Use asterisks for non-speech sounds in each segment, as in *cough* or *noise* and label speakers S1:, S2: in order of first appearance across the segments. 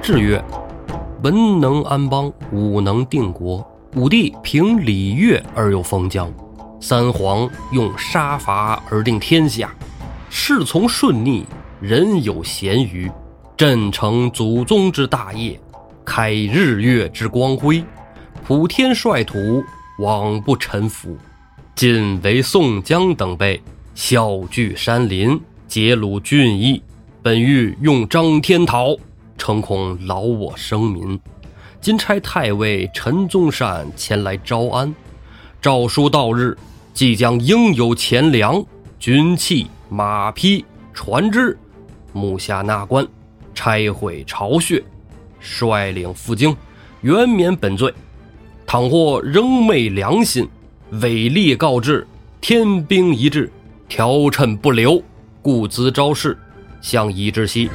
S1: 制曰：“文能安邦，武能定国。武帝凭礼乐而又封疆，三皇用杀伐而定天下。事从顺逆，人有咸鱼。朕承祖宗之大业，开日月之光辉，普天率土，罔不臣服。晋为宋江等辈，效聚山林，结鲁郡邑。本欲用张天讨。”诚恐劳我生民，今差太尉陈宗善前来招安。诏书到日，即将应有钱粮、军器、马匹、船只，目下纳官，拆毁巢穴，率领赴京，原免本罪。倘或仍昧良心，伪立告至，天兵一至，调趁不留，故兹招事，相以之息。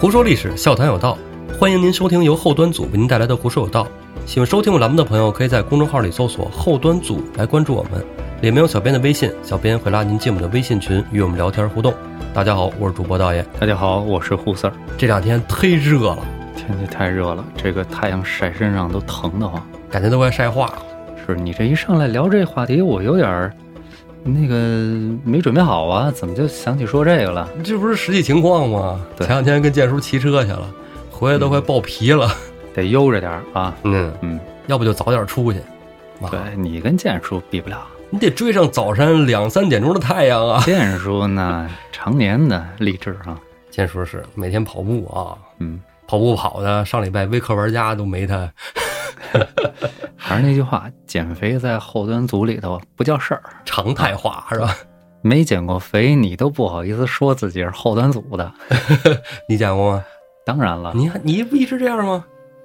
S2: 胡说历史，笑谈有道。欢迎您收听由后端组为您带来的《胡说有道》。喜欢收听我栏目的朋友，可以在公众号里搜索“后端组”来关注我们，里面有小编的微信，小编会拉您进我们的微信群，与我们聊天互动。大家好，我是主播道爷。
S3: 大家好，我是胡四儿。
S2: 这两天忒热了，
S3: 天气太热了，这个太阳晒身上都疼得慌。
S2: 感觉都快晒化了。
S3: 是你这一上来聊这话题，我有点儿那个没准备好啊，怎么就想起说这个了？
S2: 这不是实际情况吗？
S3: 对
S2: 前两天跟建叔骑车去了，回来都快爆皮了。
S3: 得悠着点儿啊。
S2: 嗯，
S3: 嗯，
S2: 要不就早点出去。啊
S3: 对你跟建叔比不了，
S2: 你得追上早上两三点钟的太阳啊！
S3: 建叔呢常年的励志啊。
S2: 建叔是每天跑步啊，
S3: 嗯，
S2: 跑步跑的，上礼拜微课玩家都没他。
S3: 还是那句话，减肥在后端组里头不叫事儿，
S2: 常态化是 *laughs* 吧？
S3: 没减过肥你都不好意思说自己是后端组的。
S2: 你讲过吗？
S3: 当然了，
S2: 你还你不一直这样吗？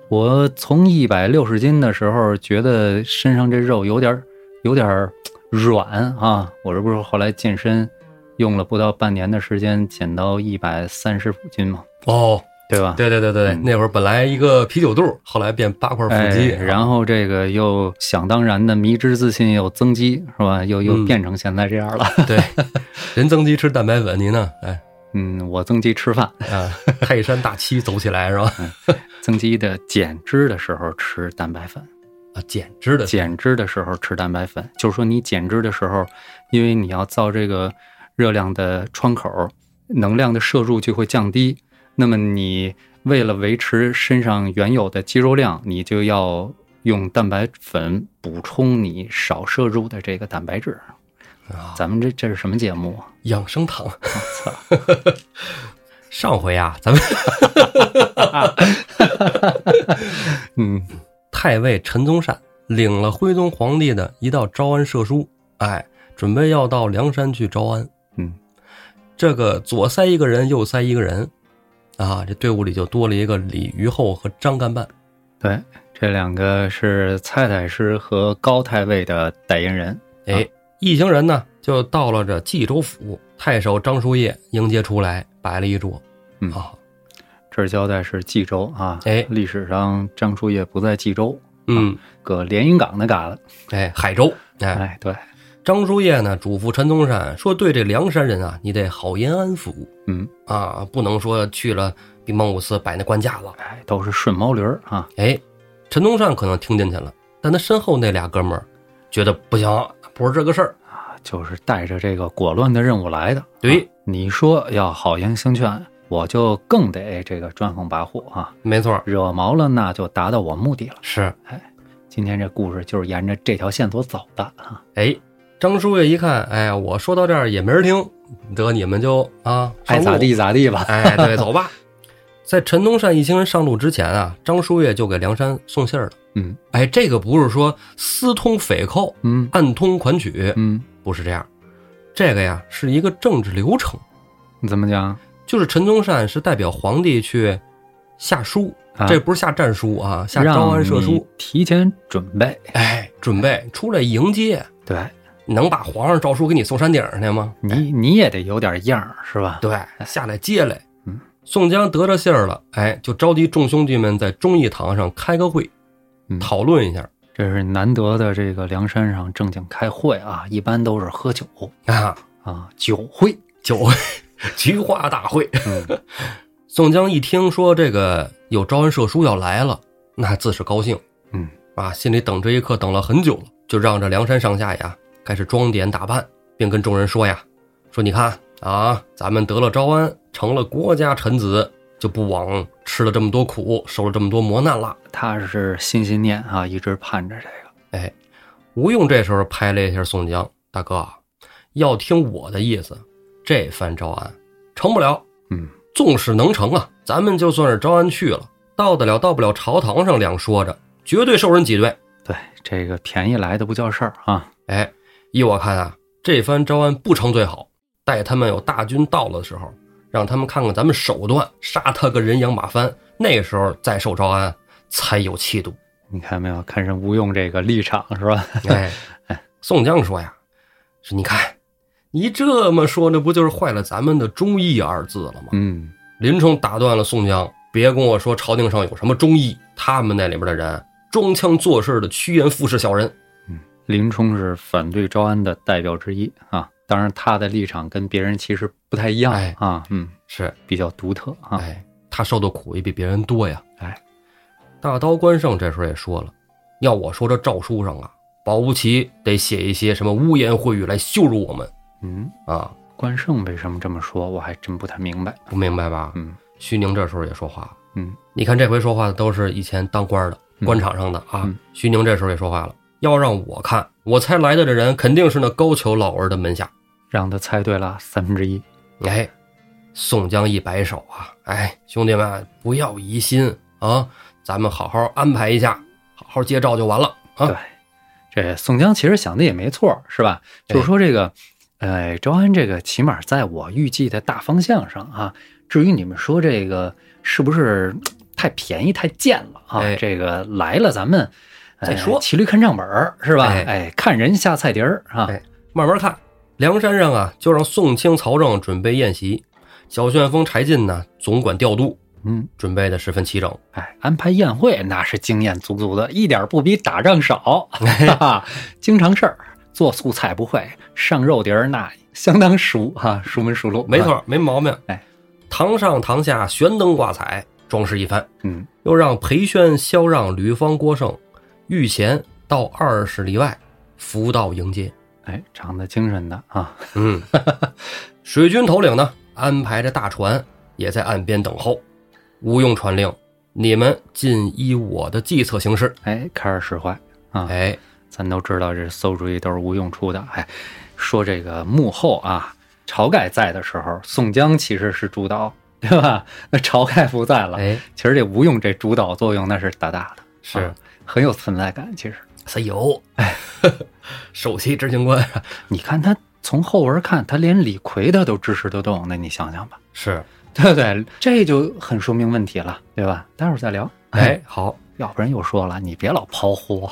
S3: 我从一百六十斤的时候，觉得身上这肉有点儿有点儿软啊。我这不是后来健身，用了不到半年的时间，减到一百三十五斤嘛，
S2: 哦，
S3: 对吧？
S2: 对对对对，
S3: 嗯
S2: 那会儿本来一个啤酒肚，后来变八块
S3: 哎
S2: 腹肌，啊
S3: 然后这个又想当然的迷之自信，又增肌，是吧？又又
S2: 嗯
S3: 变成现在这样了。
S2: 对，人增肌吃蛋白粉，您呢？哎
S3: 嗯，我增肌吃饭，
S2: 啊，泰山大七走起来是吧？
S3: 增肌的减脂的时候吃蛋白粉，
S2: 啊，减脂的
S3: 减脂的时候吃蛋白粉，就是说你减脂的时候，因为你要造这个热量的窗口，能量的摄入就会降低。那么你为了维持身上原有的肌肉量，你就要用蛋白粉补充你少摄入的这个蛋白质。
S2: 啊，
S3: 咱们这这是什么节目啊？
S2: 养生堂。
S3: 操！
S2: *laughs* 上回啊，咱们
S3: 啊
S2: *laughs*
S3: 嗯，
S2: 太尉陈宗善领了徽宗皇帝的一道招安赦书，哎，准备要到梁山去招安。
S3: 嗯，
S2: 这个左塞一个人，右塞一个人，啊，这队伍里就多了一个李虞后和张干办。
S3: 对，这两个是蔡太师和高太尉的代言人。
S2: 哎，一行人呢就到了这冀州府，太守张叔夜迎接出来，摆了一桌。
S3: 嗯
S2: 啊，
S3: 这儿交代是冀州啊，
S2: 哎
S3: 历史上张叔夜不在冀州，
S2: 嗯，
S3: 搁连云港那旮旯。
S2: 哎，海州，哎，
S3: 哎，对，
S2: 张叔夜呢嘱咐陈宗善说：“对这梁山人啊，你得好言安抚
S3: 嗯，
S2: 啊，不能说去了兵马五司摆那官架子。”
S3: 哎，都是顺毛驴儿啊。
S2: 哎，陈宗善可能听进去了，但他身后那俩哥们儿觉得不行，不是这个事儿。
S3: 就是带着这个果乱的任务来的。
S2: 对，
S3: 你说要好言相劝，我就更得这个专横跋扈啊，
S2: 没错儿，
S3: 惹毛了那就达到我目的了。
S2: 是。
S3: 今天这故事就是沿着这条线索走的啊。
S2: 哎，张叔夜一看，哎呀，我说到这儿也没人听，得你们就啊，
S3: 爱
S2: 上路
S3: 咋地咋地 *laughs* 吧。
S2: 哎，对，走吧。 *laughs* 在陈东善一行人上路之前啊，张叔夜就给梁山送信儿了。
S3: 嗯
S2: 哎，这个不是说私通匪寇、
S3: 嗯
S2: 暗通款曲，
S3: 嗯，
S2: 不是这样。这个呀是一个政治流程，
S3: 你怎么讲？
S2: 就是陈宗善是代表皇帝去下书，
S3: 啊
S2: 这不是下战书啊，下
S3: 让
S2: 招安赦
S3: 你
S2: 书。
S3: 提前准备。
S2: 哎，准备出来迎接，
S3: 对
S2: 能把皇上诏书给你送山顶上去吗？
S3: 你，你也得有点样儿，是吧？
S2: 对，下来接来
S3: 嗯。
S2: 宋江得着信儿了，哎，就召集众兄弟们在忠义堂上开个会，
S3: 嗯
S2: 讨论一下
S3: 这是难得的这个梁山上正经开会啊，一般都是喝酒
S1: 啊，
S3: 啊，酒会。
S1: 酒会，菊花大会。
S3: 嗯
S2: 宋江一听说这个有招安社书要来了，那自是高兴
S3: 嗯
S2: 啊，心里等这一刻等了很久了，就让这梁山上下呀开始装点打扮，并跟众人说呀：“说你看啊，咱们得了招安，成了国家臣子，就不枉吃了这么多苦，受了这么多磨难了。
S3: 他是心心念啊，一直盼着这个。”
S2: 吴用这时候拍了一下宋江：“大哥，啊要听我的意思，这番招安成不了，
S3: 嗯，
S2: 纵使能成啊，咱们就算是招安去了，到得了到不了朝堂上两说着，绝对受人挤兑。
S3: 对，这个便宜来的不叫事儿啊。
S2: 哎，依我看啊，这番招安不成最好，待他们有大军到了的时候，让他们看看咱们手段，杀他个人仰马翻，那时候再受招安才有气度。
S3: 你看没有？看人吴用这个立场是
S2: *laughs*
S3: 吧？ *laughs*
S2: 哎，宋江说呀，说你看，你这么说，那不就是坏了咱们的忠义二字了吗？
S3: 嗯，
S2: 林冲打断了宋江：“别跟我说朝廷上有什么忠义，他们那里边的人装腔作势的趋炎附势小人。
S3: 林冲是反对招安的代表之一啊。当然，他的立场跟别人其实不太一样、
S2: 哎
S3: 啊，嗯，
S2: 是，
S3: 比较独特啊。
S2: 哎，他受的苦也比别人多呀。
S3: 哎，
S2: 大刀关胜这时候也说了，要我说这诏书上啊，保不齐得写一些什么污言秽语来羞辱我们
S3: 嗯，
S2: 啊，
S3: 关胜为什么这么说？我还真不太明白。
S2: 不明白吧？
S3: 嗯
S2: 徐宁这时候也说话了，
S3: 嗯，
S2: 你看这回说话的都是以前当官的、
S3: 嗯
S2: 官场上的啊
S3: 嗯。
S2: 徐宁这时候也说话了，要让我看，我猜来的这人肯定是那高俅老儿的门下。
S3: 让他猜对了三分之一。
S2: 哎，宋江一摆手啊，哎，兄弟们不要疑心啊，咱们好好安排一下，好好接照就完了啊
S3: 对。这宋江其实想的也没错，是吧？
S2: 哎
S3: 就是说这个，呃，招安这个起码在我预计的大方向上啊。至于你们说这个是不是太便宜、太贱了啊？
S2: 哎
S3: 这个来了咱们、呃
S2: 再说
S3: 骑驴看账本儿是吧？
S2: 哎
S3: 哎看人下菜碟儿啊。
S2: 哎慢慢看。梁山上啊，就让宋清、曹正准备宴席，小旋风柴进呢总管调度，
S3: 嗯，
S2: 准备的十分齐整。
S3: 哎，安排宴会那是经验足足的，一点不比打
S2: *laughs*
S3: 仗少，
S2: 哎
S3: 哈哈，经常事儿。做素菜不会，上肉碟儿那相当熟哈、啊，熟门熟路。
S2: 没
S3: 啊，
S2: 错，没毛病。
S3: 哎，
S2: 堂上堂下悬灯挂彩，装饰一番。
S3: 嗯，
S2: 又让裴宣、萧让、吕方、郭盛御前到二十里外扶道迎接。
S3: 哎，长得精神的啊，
S2: 嗯， *laughs* 水军头领呢，安排着大船也在岸边等候。吴用传令，你们尽依我的计策行事。
S3: 哎，开始使坏啊！
S2: 哎，
S3: 咱都知道这馊主意都是吴用出的。哎，说这个幕后啊，晁盖在的时候，宋江其实是主导，对吧？ *laughs* 那晁盖不在了，
S2: 哎，
S3: 其实这吴用这主导作用那是大大的，
S2: 是
S3: 啊很有存在感。其实
S2: 塞有， *laughs* 首席执行官
S3: 你看他从后文看，他连李逵他都支持得动，那你想想吧， *laughs*
S2: 是。
S3: 对不对？这就很说明问题了，对吧？待会儿再聊。
S2: 哎，好，
S3: 要不然又说了，你别老抛货。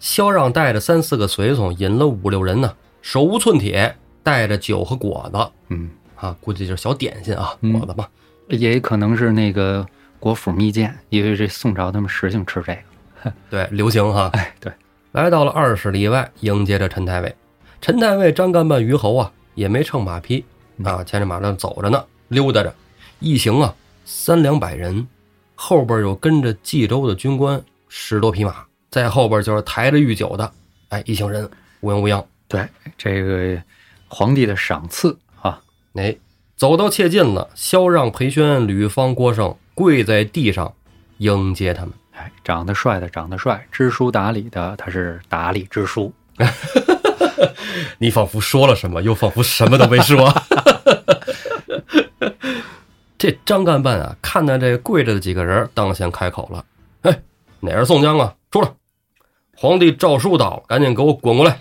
S2: 萧让带着三四个随从，引了五六人呢，手无寸铁，带着酒和果子
S3: 嗯。
S2: 啊，估计就是小点心啊，
S3: 嗯
S2: 果子嘛。
S3: 也可能是那个国府蜜饯，因为这宋朝他们实行吃这个。
S2: 对，流行哈。
S3: 哎， *laughs* 对，
S2: 来到了二十里外，迎接着陈太尉。陈太尉、张干办、虞侯啊，也没乘马匹啊，牵着马上走着呢，溜达着。一行啊，三两百人，后边有跟着冀州的军官十多匹马，在后边就是抬着御酒的，哎，一行人乌泱乌泱。
S3: 对这个皇帝的赏赐啊，
S2: 哎，走到切近了，萧让、裴宣、吕方、郭盛跪在地上迎接他们。
S3: 哎，长得帅的长得帅，知书达理的他是达理知书。
S2: 你仿佛说了什么，又仿佛什么都没说。 *laughs* 这张干办啊，看到这跪着的几个人，当先开口了：“哎，哪是宋江啊？出来！皇帝诏书到了，赶紧给我滚过来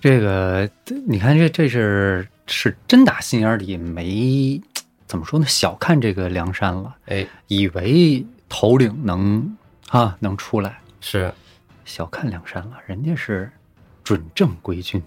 S3: 这个你看这这是是真打心眼里没怎么说呢，小看这个梁山了，！”
S2: 哎，
S3: 以为头领能啊能出来，
S2: 是
S3: 小看梁山了，人家是准正规军。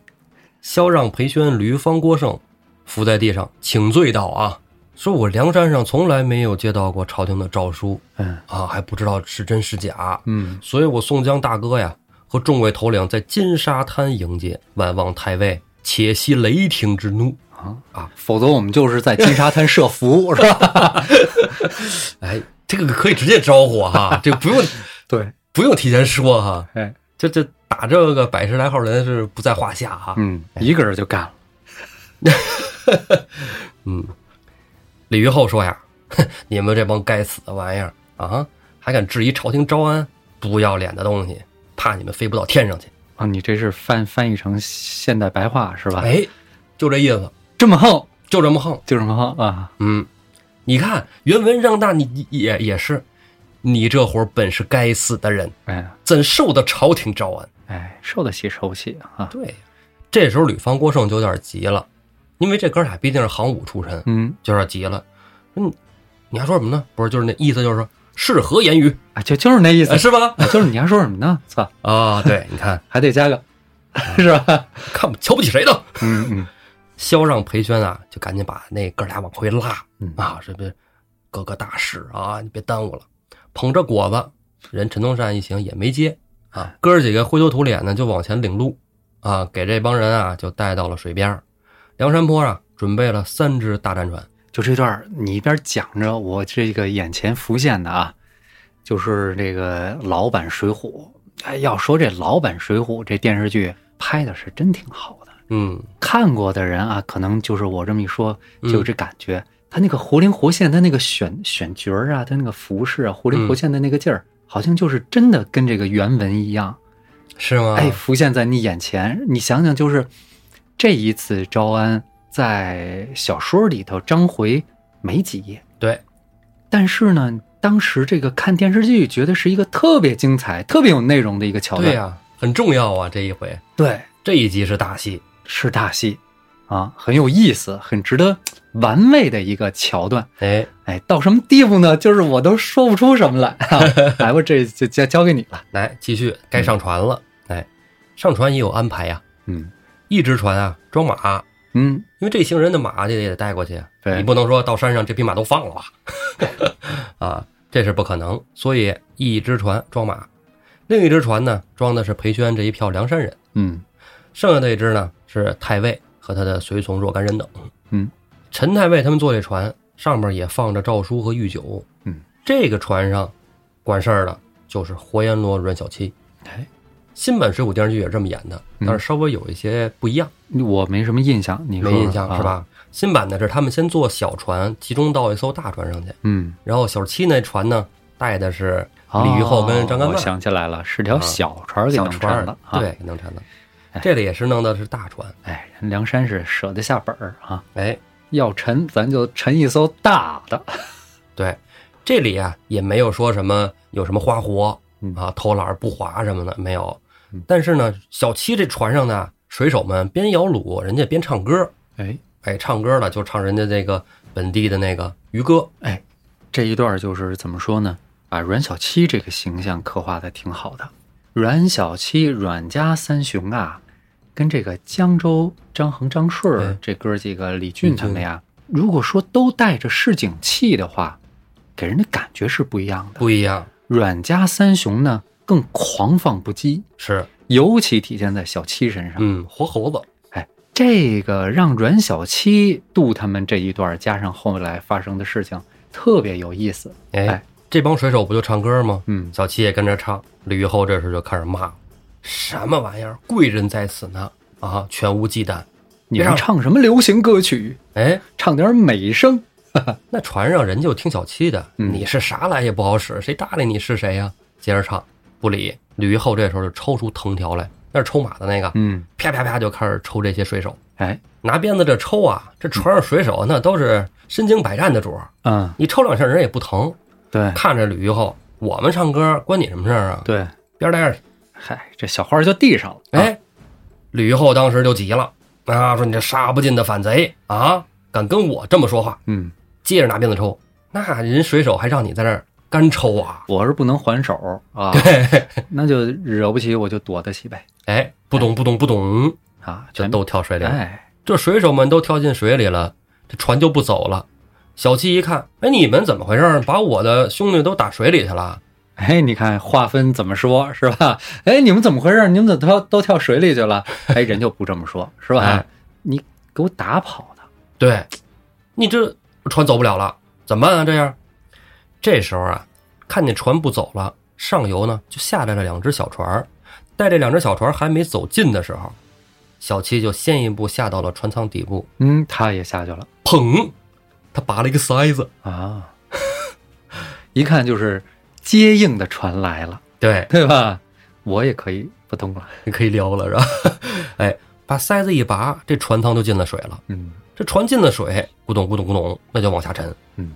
S2: 萧让、裴宣、吕方、郭盛伏在地上请罪道啊：“说我梁山上从来没有接到过朝廷的诏书
S3: 嗯
S2: 啊，还不知道是真是假，
S3: 嗯
S2: 所以我宋江大哥呀和众位头领在金沙滩迎接，万望太尉且息雷霆之怒。
S3: 啊啊，否则我们就是在金沙滩设 *laughs* 伏，是吧？
S2: 哎，这个可以直接招呼哈， *laughs* 这个不用
S3: 对，
S2: 不用提前说哈，
S3: 哎，
S2: 这这打这个百十来号人是不在话下哈。
S3: 嗯，一个人就干了，
S2: 李玉厚说呀：“ *laughs* 哼，你们这帮该死的玩意儿啊，还敢质疑朝廷招安，不要脸的东西，怕你们飞不到天上去！
S3: 啊，你这是翻翻译成现代白话是吧？
S2: 哎，就这意思，
S3: 这么横，
S2: 就这么横。
S3: 就这么横啊！
S2: 嗯，你看原文让那你也也是，你这伙本是该死的人，
S3: 哎
S2: 怎受得朝廷招安？
S3: 哎，受得起受不起啊！
S2: 对呀、这时候吕方、郭盛就有点急了，因为这哥俩毕竟是行伍出身，
S3: 嗯
S2: 就有点急了。说你你还说什么呢？不是，就是那意思，就是说是何言语，
S3: 啊，就就是那意
S2: *laughs*
S3: 思
S2: 呃，，是吧？
S3: *laughs* 啊就是你还说什么呢？操，
S2: 啊，对，你看。”
S3: 还得加个， *laughs* 是吧？
S2: 看不瞧不起谁的。
S3: 嗯嗯
S2: *laughs* 萧让、裴宣啊，就赶紧把那哥俩往回拉
S3: 嗯
S2: 啊，这不哥哥大事啊，你别耽误了。捧着果子，人陈东善一行也没接啊，哥儿几个灰头土脸的就往前领路啊，给这帮人啊就带到了水边儿。梁山泊啊，准备了三只大战船，
S3: 就这段儿，你一边讲着，我这个眼前浮现的啊，就是这个老版《水浒》。哎，要说这老版《水浒》这电视剧拍的是真挺好的，
S2: 嗯，
S3: 看过的人啊，可能就是我这么一说就有这感觉。他那个活灵活现，他那个选选角儿啊，他那个服饰啊，活灵活现的那个
S2: 嗯
S3: 劲儿，好像就是真的跟这个原文一样。
S2: 是吗？
S3: 哎，浮现在你眼前。你想想，就是这一次招安，在小说里头章回没几页，
S2: 对，
S3: 但是呢，当时这个看电视剧觉得是一个特别精彩、特别有内容的一个桥段。
S2: 对呀、很重要啊，这一回
S3: 对
S2: 这一集是大戏，
S3: 是大戏啊，很有意思，很值得玩味的一个桥段。
S2: 哎，
S3: 哎，到什么地步呢？就是我都说不出什么来。啊、
S2: *laughs*
S3: 来吧，这就交交给你了。
S2: 来继续该上船了，哎，上船也有安排呀、
S3: 嗯
S2: 一只船啊装马，
S3: 嗯，
S2: 因为这行人的马这也得带过去，啊
S3: 对
S2: 你不能说到山上这匹马都放了吧？ *laughs* 啊，这是不可能。所以一只船装马，另一只船呢装的是裴宣这一票梁山人，
S3: 嗯
S2: 剩下的一只呢是太尉和他的随从若干人等。
S3: 嗯，
S2: 陈太尉他们坐这船上面也放着诏书和御酒。
S3: 嗯，
S2: 这个船上管事儿的就是活阎罗阮小七。
S3: 哎，
S2: 新版《水浒》电视剧也是这么演的，
S3: 嗯
S2: 但是稍微有一些不一样。
S3: 我没什么印象，你说啊
S2: 没印象
S3: 说
S2: 是？吧？新版的是他们先坐小船，集中到一艘大船上去，
S3: 嗯。
S2: 然后小七那船呢带的是李玉厚跟张干
S3: 哦我
S2: 曼、
S3: 想起来了，是条小船给
S2: 小
S3: 弄
S2: 船
S3: 沉
S2: 儿
S3: 了。，啊，
S2: 对，给弄沉了。这里也是弄的是大船，
S3: 哎，人梁山是舍得下本儿啊，
S2: 哎，
S3: 要沉咱就沉一艘大的。
S2: 对，这里啊也没有说什么有什么花活
S3: 嗯
S2: 啊，偷懒儿不划什么的没有。但是呢，小七这船上呢，水手们边摇橹，人家边唱歌，
S3: 哎
S2: 哎，唱歌呢就唱人家这个本地的那个渔歌，
S3: 哎，这一段就是怎么说呢？把阮小七这个形象刻画的挺好的。阮小七、阮家三雄啊，跟这个江州张衡、张顺儿
S2: 哎
S3: 这哥几个李俊他们呀，如果说都带着市井气的话，给人的感觉是不一样的。
S2: 不一样，
S3: 阮家三雄呢，更狂放不羁。
S2: 是
S3: 尤其体现在小七身上。
S2: 嗯，活猴子，
S3: 哎，这个让阮小七度他们这一段，加上后来发生的事情，特别有意思。
S2: 哎
S3: 哎，
S2: 这帮水手不就唱歌吗？
S3: 嗯，
S2: 小七也跟着唱，李玉厚这时就开始骂了：“什么玩意儿？贵人在此呢！啊，全无忌惮！
S3: 你
S2: 别让
S3: 们唱什么流行歌曲？
S2: 哎，
S3: 唱点美声。
S2: 那船上人就听小七的，
S3: 嗯
S2: 你是啥来也不好使，谁搭理你是谁呀、啊接着唱，不理。李玉厚这时候就抽出藤条来，那是抽马的那个，
S3: 嗯，
S2: 啪啪啪就开始抽这些水手，
S3: 哎，
S2: 拿鞭子这抽啊，这船上水手那都是身经百战的主儿，
S3: 嗯，
S2: 你抽两下人也不疼。
S3: 对
S2: 看着李玉厚，我们唱歌关你什么事儿啊？
S3: 对，
S2: 边儿待着去。
S3: 嗨，这小花就递上了。啊，
S2: 哎，吕玉厚当时就急了啊，说你这杀不尽的反贼啊，敢跟我这么说话！
S3: 嗯，
S2: 接着拿鞭子抽，那人水手还让你在这儿干抽啊？
S3: 我是不能还手啊，那就惹不起我就躲得起呗。
S2: 哎，不懂不懂不懂，
S3: 啊，
S2: 就
S3: 全
S2: 都跳水里了。
S3: 哎，
S2: 这水手们都跳进水里了，这船就不走了。小七一看，哎，你们怎么回事儿？把我的兄弟都打水里去了。
S3: 哎，你看划分怎么说是吧？哎，你们怎么回事？你们怎么都都跳水里去了？哎，人就不这么说，是吧？
S2: 哎
S3: 你给我打跑的，
S2: 对，你这船走不了了，怎么办啊？这样，这时候啊，看见船不走了，上游呢就下来了两只小船儿，带这两只小船儿还没走近的时候，小七就先一步下到了船舱底部，
S3: 嗯，他也下去了
S2: 砰，他拔了一个塞子，
S3: *laughs* 啊，一看就是接应的船来了，
S2: 对，
S3: *laughs* 对吧？我也可以不动了，
S2: 可以撩了是吧？ *laughs* 哎，把塞子一拔，这船舱就进了水了。
S3: 嗯
S2: 这船进了水，咕咚咕咚咕咚，那就往下沉。
S3: 嗯，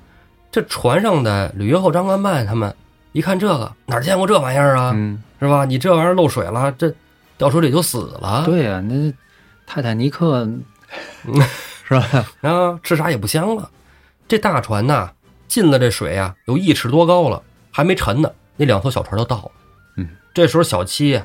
S2: 这船上的吕约厚、张干迈他们一看这个，哪儿见过这玩意儿啊？
S3: 嗯，
S2: 是吧？你这玩意儿漏水了，这掉水里就死了。
S3: 对呀、那泰坦尼 *laughs* 克是吧？
S2: 啊，吃啥也不香了。这大船呐，进了这水啊，有一尺多高了，还没沉呢，那两艘小船都到了。
S3: 嗯，
S2: 这时候小七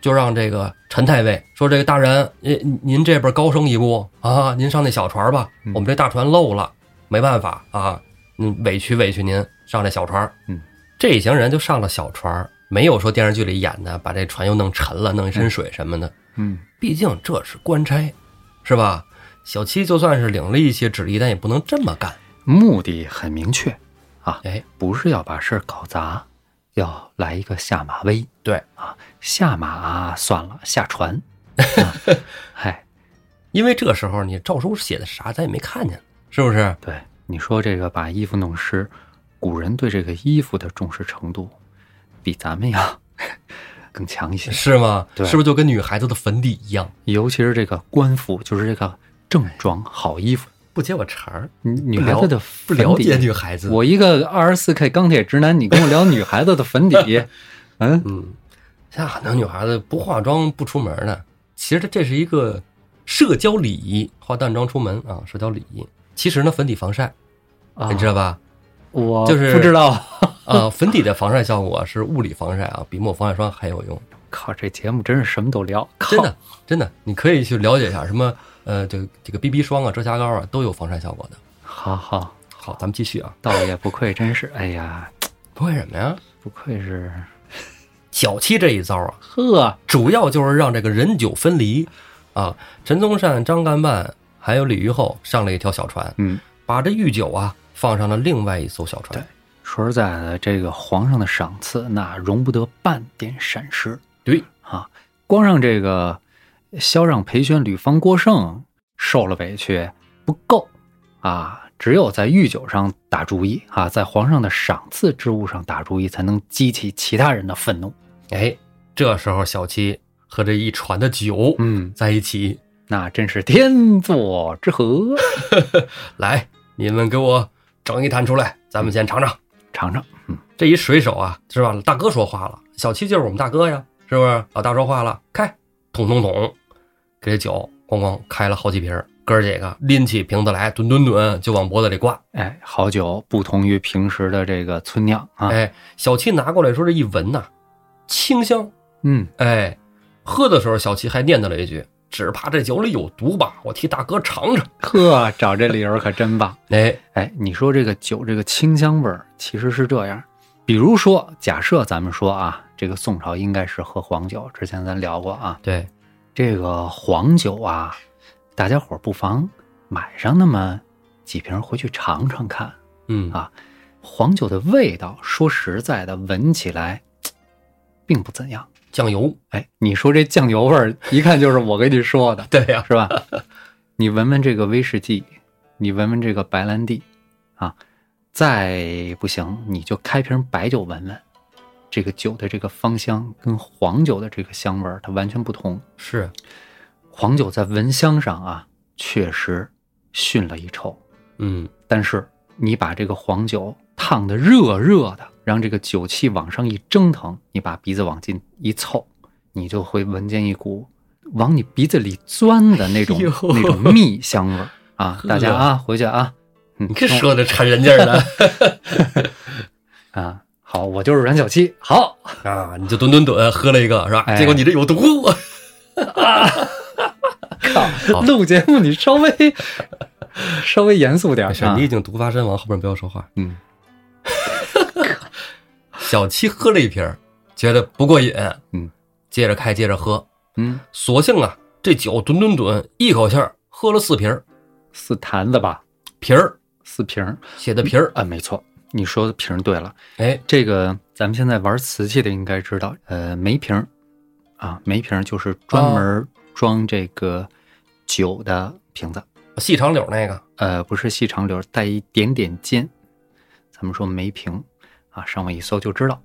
S2: 就让这个陈太尉说：“这个大人，您您这边高升一步啊，您上那小船吧，
S3: 嗯
S2: 我们这大船漏了，没办法啊，嗯，委屈委屈您上这小船。”
S3: 嗯，
S2: 这一行人就上了小船，没有说电视剧里演的把这船又弄沉了，弄一身水什么的。
S3: 嗯，
S2: 毕竟这是官差，是吧？小七就算是领了一些旨意，但也不能这么干。
S3: 目的很明确啊，
S2: 哎，
S3: 不是要把事儿搞砸，要来一个下马威。
S2: 对
S3: 啊，下马、啊、算了，下 *laughs* 船。啊嗨、
S2: 因为这时候你诏书写的啥，咱也没看见，是不是？
S3: 对，你说这个把衣服弄湿，古人对这个衣服的重视程度，比咱们要 *laughs* 更强一些。
S2: 是吗？
S3: 对
S2: 是不是就跟女孩子的粉底一样，
S3: 尤其是这个官服，就是这个正装好衣服。
S2: 不接我茬儿，
S3: 女女孩子的
S2: 啊不
S3: 粉底，
S2: 了解女孩子。
S3: 我一个二十四 K 钢铁直男，你跟我聊女孩子的
S2: *laughs*
S3: 粉底，嗯，
S2: 嗯，现在很多女孩子不化妆不出门的，其实这这是一个社交礼仪，化淡妆出门啊，社交礼仪。其实呢，粉底防晒，
S3: 啊
S2: 嗯你知道吧？
S3: 我
S2: 就是
S3: 不知道。
S2: 啊，粉底的防晒效果是物理防晒啊，比抹防晒霜还有用。
S3: 靠，这节目真是什么都聊，靠
S2: 真的真的，你可以去了解一下什么呃，这个这个 BB 霜啊、遮瑕膏啊都有防晒效果的。
S3: 好好，
S2: 好，咱们继续啊，
S3: 倒也不愧，真是，哎呀，
S2: 不为什么呀？
S3: 不愧是，
S2: 小七这一招啊，
S3: 呵，
S2: 主要就是让这个人酒分离啊。陈宗善、张干办还有李玉厚上了一条小船，
S3: 嗯，
S2: 把这御酒啊放上了另外一艘小船。
S3: 说实在的，这个皇上的赏赐那容不得半点闪失。
S2: 对
S3: 啊，光让这个萧让、裴宣、吕方、郭盛受了委屈不够啊，只有在御酒上打主意啊，在皇上的赏赐之物上打主意，才能激起其他人的愤怒。
S2: 哎，这时候小七和这一船的酒
S3: 嗯，
S2: 在一起，
S3: 那真是天作之合，
S2: 来，你们给我整一坛出来，咱们先尝尝。
S3: 尝尝，嗯。
S2: 这一水手啊，是吧？大哥说话了，小七就是我们大哥呀，是不是？老大说话了，开，捅捅捅，给这酒咣咣开了好几瓶儿。哥儿几个拎起瓶子来，吨吨吨就往脖子里挂。
S3: 哎，好酒不同于平时的这个村酿啊，
S2: 哎，小七拿过来说这一闻呐、清香。
S3: 嗯，
S2: 哎，喝的时候小七还念叨了一句：“只怕这酒里有毒吧，我替大哥尝尝。
S3: 呵，找这理由可真棒。”
S2: 哎，
S3: 哎，你说这个酒这个清香味儿其实是这样，比如说，假设咱们说啊，这个宋朝应该是喝黄酒，之前咱聊过啊，
S2: 对，
S3: 这个黄酒啊，大家伙儿不妨买上那么几瓶回去尝尝看。
S2: 嗯
S3: 啊黄酒的味道，说实在的，闻起来嘖并不怎样。
S2: 酱油，
S3: 哎，你说这酱油味儿，一看就是我跟你说的。
S2: 对呀、
S3: 是吧？ *laughs* 你闻闻这个威士忌，你闻闻这个白兰地，啊，再不行你就开瓶白酒闻闻，这个酒的这个芳香跟黄酒的这个香味儿它完全不同。
S2: 是
S3: 黄酒在闻香上啊，确实逊了一筹，
S2: 嗯，
S3: 但是你把这个黄酒烫的热热的，让这个酒气往上一蒸腾，你把鼻子往进一凑，你就会闻见一股往你鼻子里钻的那种、
S2: *laughs* 哎呦
S3: 那种蜜香味儿啊！
S2: *laughs* 呵
S3: 大家啊，回去啊，嗯
S2: 你这说的馋人家儿
S3: *laughs*
S2: 的
S3: 啊，好，我就是阮小七，好，
S2: 啊！你就吨吨吨喝了一个是吧？
S3: 哎
S2: 结果你这有毒。
S3: 录节目你稍微 *laughs* 稍微严肃点儿
S2: 没事，
S3: 啊
S2: 你已经毒发身亡，后边不要说话。
S3: 嗯，
S2: 小七喝了一瓶儿，觉得不过瘾，
S3: 嗯，
S2: 接着开，接着喝。
S3: 嗯，
S2: 索性啊，这酒吨吨吨，一口气儿喝了四瓶儿，
S3: 四坛子吧，
S2: 瓶儿
S3: 四瓶儿
S2: 写的瓶儿，
S3: 啊，没错，你说的瓶儿对了。
S2: 哎，
S3: 这个咱们现在玩瓷器的应该知道，呃，梅瓶儿啊，梅瓶儿就是专门
S2: 哦
S3: 装这个酒的瓶子，
S2: 细长柳那个，
S3: 呃，不是细长柳，带一点点尖。咱们说梅瓶啊，上网一搜就知道。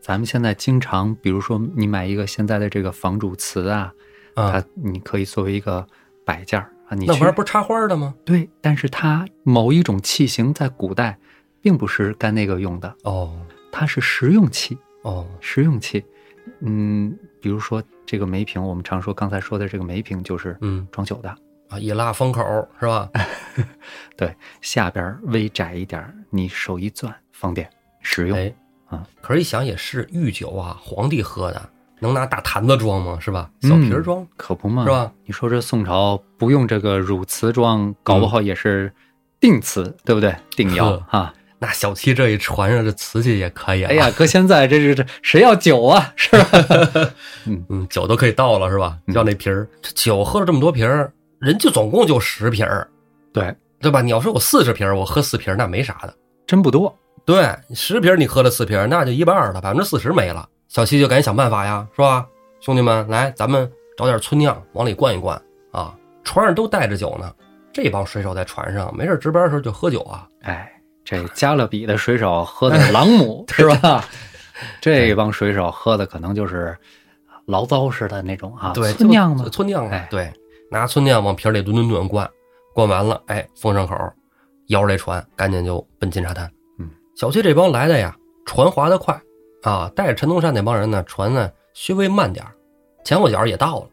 S3: 咱们现在经常，比如说你买一个现在的这个仿主瓷啊，
S2: 啊
S3: 它，你可以作为一个摆件儿啊，你
S2: 那玩意儿
S3: 去
S2: 不是插花的吗？
S3: 对，但是它某一种器型在古代并不是干那个用的，
S2: 哦
S3: 它是实用器。
S2: 哦，
S3: 实用器，嗯，比如说这个梅瓶，我们常说刚才说的这个梅瓶就是
S2: 嗯
S3: 装酒的，
S2: 啊，一拉封口是吧？
S3: 哎下边儿微窄一点儿，你手一攥方便实用。
S2: 哎
S3: 啊，
S2: 可是一想也是，御酒啊，皇帝喝的，能拿大坛子装吗？是吧？
S3: 嗯
S2: 小瓶儿装，
S3: 可不嘛，
S2: 是吧？
S3: 你说这宋朝不用这个汝瓷装，搞不好也是定瓷，对不对？定窑
S2: 嗯呵
S3: 啊！
S2: 那小七这一传上，这瓷器也可以啊了。
S3: 哎呀，搁现在这这这谁要酒啊？是吧？ *laughs*
S2: 嗯，酒都可以倒了是吧？
S3: 嗯
S2: 要那瓶儿，这酒喝了这么多瓶儿，人家总共就十瓶儿，
S3: 对，
S2: 对吧？你要说我四十瓶儿，我喝四瓶儿那没啥的。
S3: 真不多。
S2: 对，十瓶儿你喝了四瓶儿，那就一半儿了，百分之四十没了。小七就赶紧想办法呀，是吧？兄弟们，来，咱们找点村酿往里灌一灌啊！船上都带着酒呢，这帮水手在船上没事儿值班的时候就喝酒啊。
S3: 哎，这加勒比的水手喝的是朗 *laughs* 姆是吧？这帮水手喝的可能就是醪糟似的那种啊，
S2: 对，
S3: 村酿嘛
S2: 就。村酿啊
S3: 哎，
S2: 对，拿村酿往瓶儿里吨吨吨灌，灌完了，哎，封上口，摇着这船，赶紧就奔金沙滩。
S3: 嗯，
S2: 小区这帮来的呀，船划得快啊，带着陈东山那帮人呢，船呢稍微慢点儿前后脚也到了。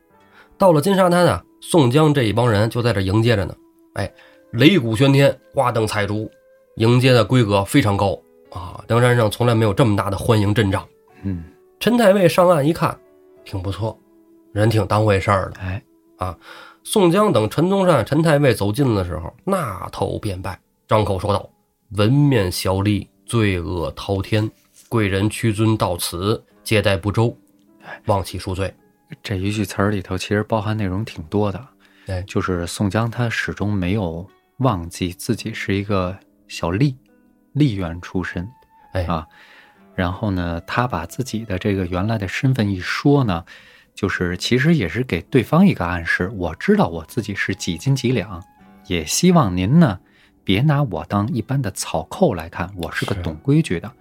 S2: 到了金沙滩啊，宋江这一帮人就在这迎接着呢。哎，擂鼓喧天，花灯彩烛，迎接的规格非常高啊！梁山上从来没有这么大的欢迎阵仗。
S3: 嗯，
S2: 陈太尉上岸一看，挺不错，人挺当回事儿的。
S3: 哎，
S2: 宋江等陈宗善、陈太尉走近的时候，那头便拜，张口说道：“文面小吏，罪恶滔天，贵人屈尊到此，接待不周，望其恕罪。
S3: 这一句词儿里头其实包含内容挺多的。
S2: 哎
S3: 就是宋江他始终没有忘记自己是一个小吏，吏员出身。”
S2: 哎，
S3: 啊。然后呢，他把自己的这个原来的身份一说呢，就是其实也是给对方一个暗示，我知道我自己是几斤几两，也希望您呢别拿我当一般的草寇来看，我是个
S2: 是
S3: 懂规矩的。